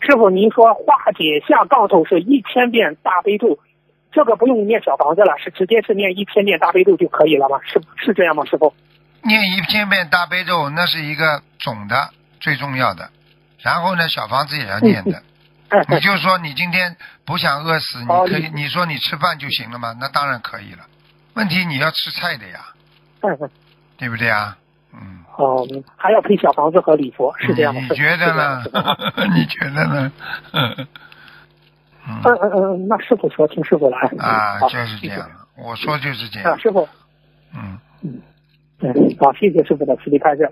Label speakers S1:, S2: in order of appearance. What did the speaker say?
S1: 师傅，您说化解下杠头是一千遍大悲咒，这个不用念小房子了，是直接是念一千遍大悲咒就可以了吗？是是这样吗，师傅？
S2: 念一千遍大悲咒，那是一个总的最重要的。然后呢，小房子也要念的。
S1: 嗯，
S2: 你就说你今天不想饿死，你
S1: 哦
S2: 可以
S1: 你
S2: 你说你吃饭就行了吗？那当然可以了。问题你要吃菜的呀，
S1: 嗯嗯，
S2: 对不对啊？嗯，
S1: 哦，明白还要配小房子和礼佛，是这样吗？
S2: 你
S1: 是
S2: 哎觉得？
S1: 是
S2: 呢
S1: 这样的？
S2: 你觉得呢？
S1: 嗯
S2: 嗯
S1: 嗯嗯，那师傅说，听师傅的。哎
S2: 啊，
S1: 好
S2: 就是这样。的。我说就是这
S1: 谢谢啊，
S2: 样。
S1: 师傅，
S2: 嗯。
S1: 嗯，好，谢谢师傅的慈悲开示。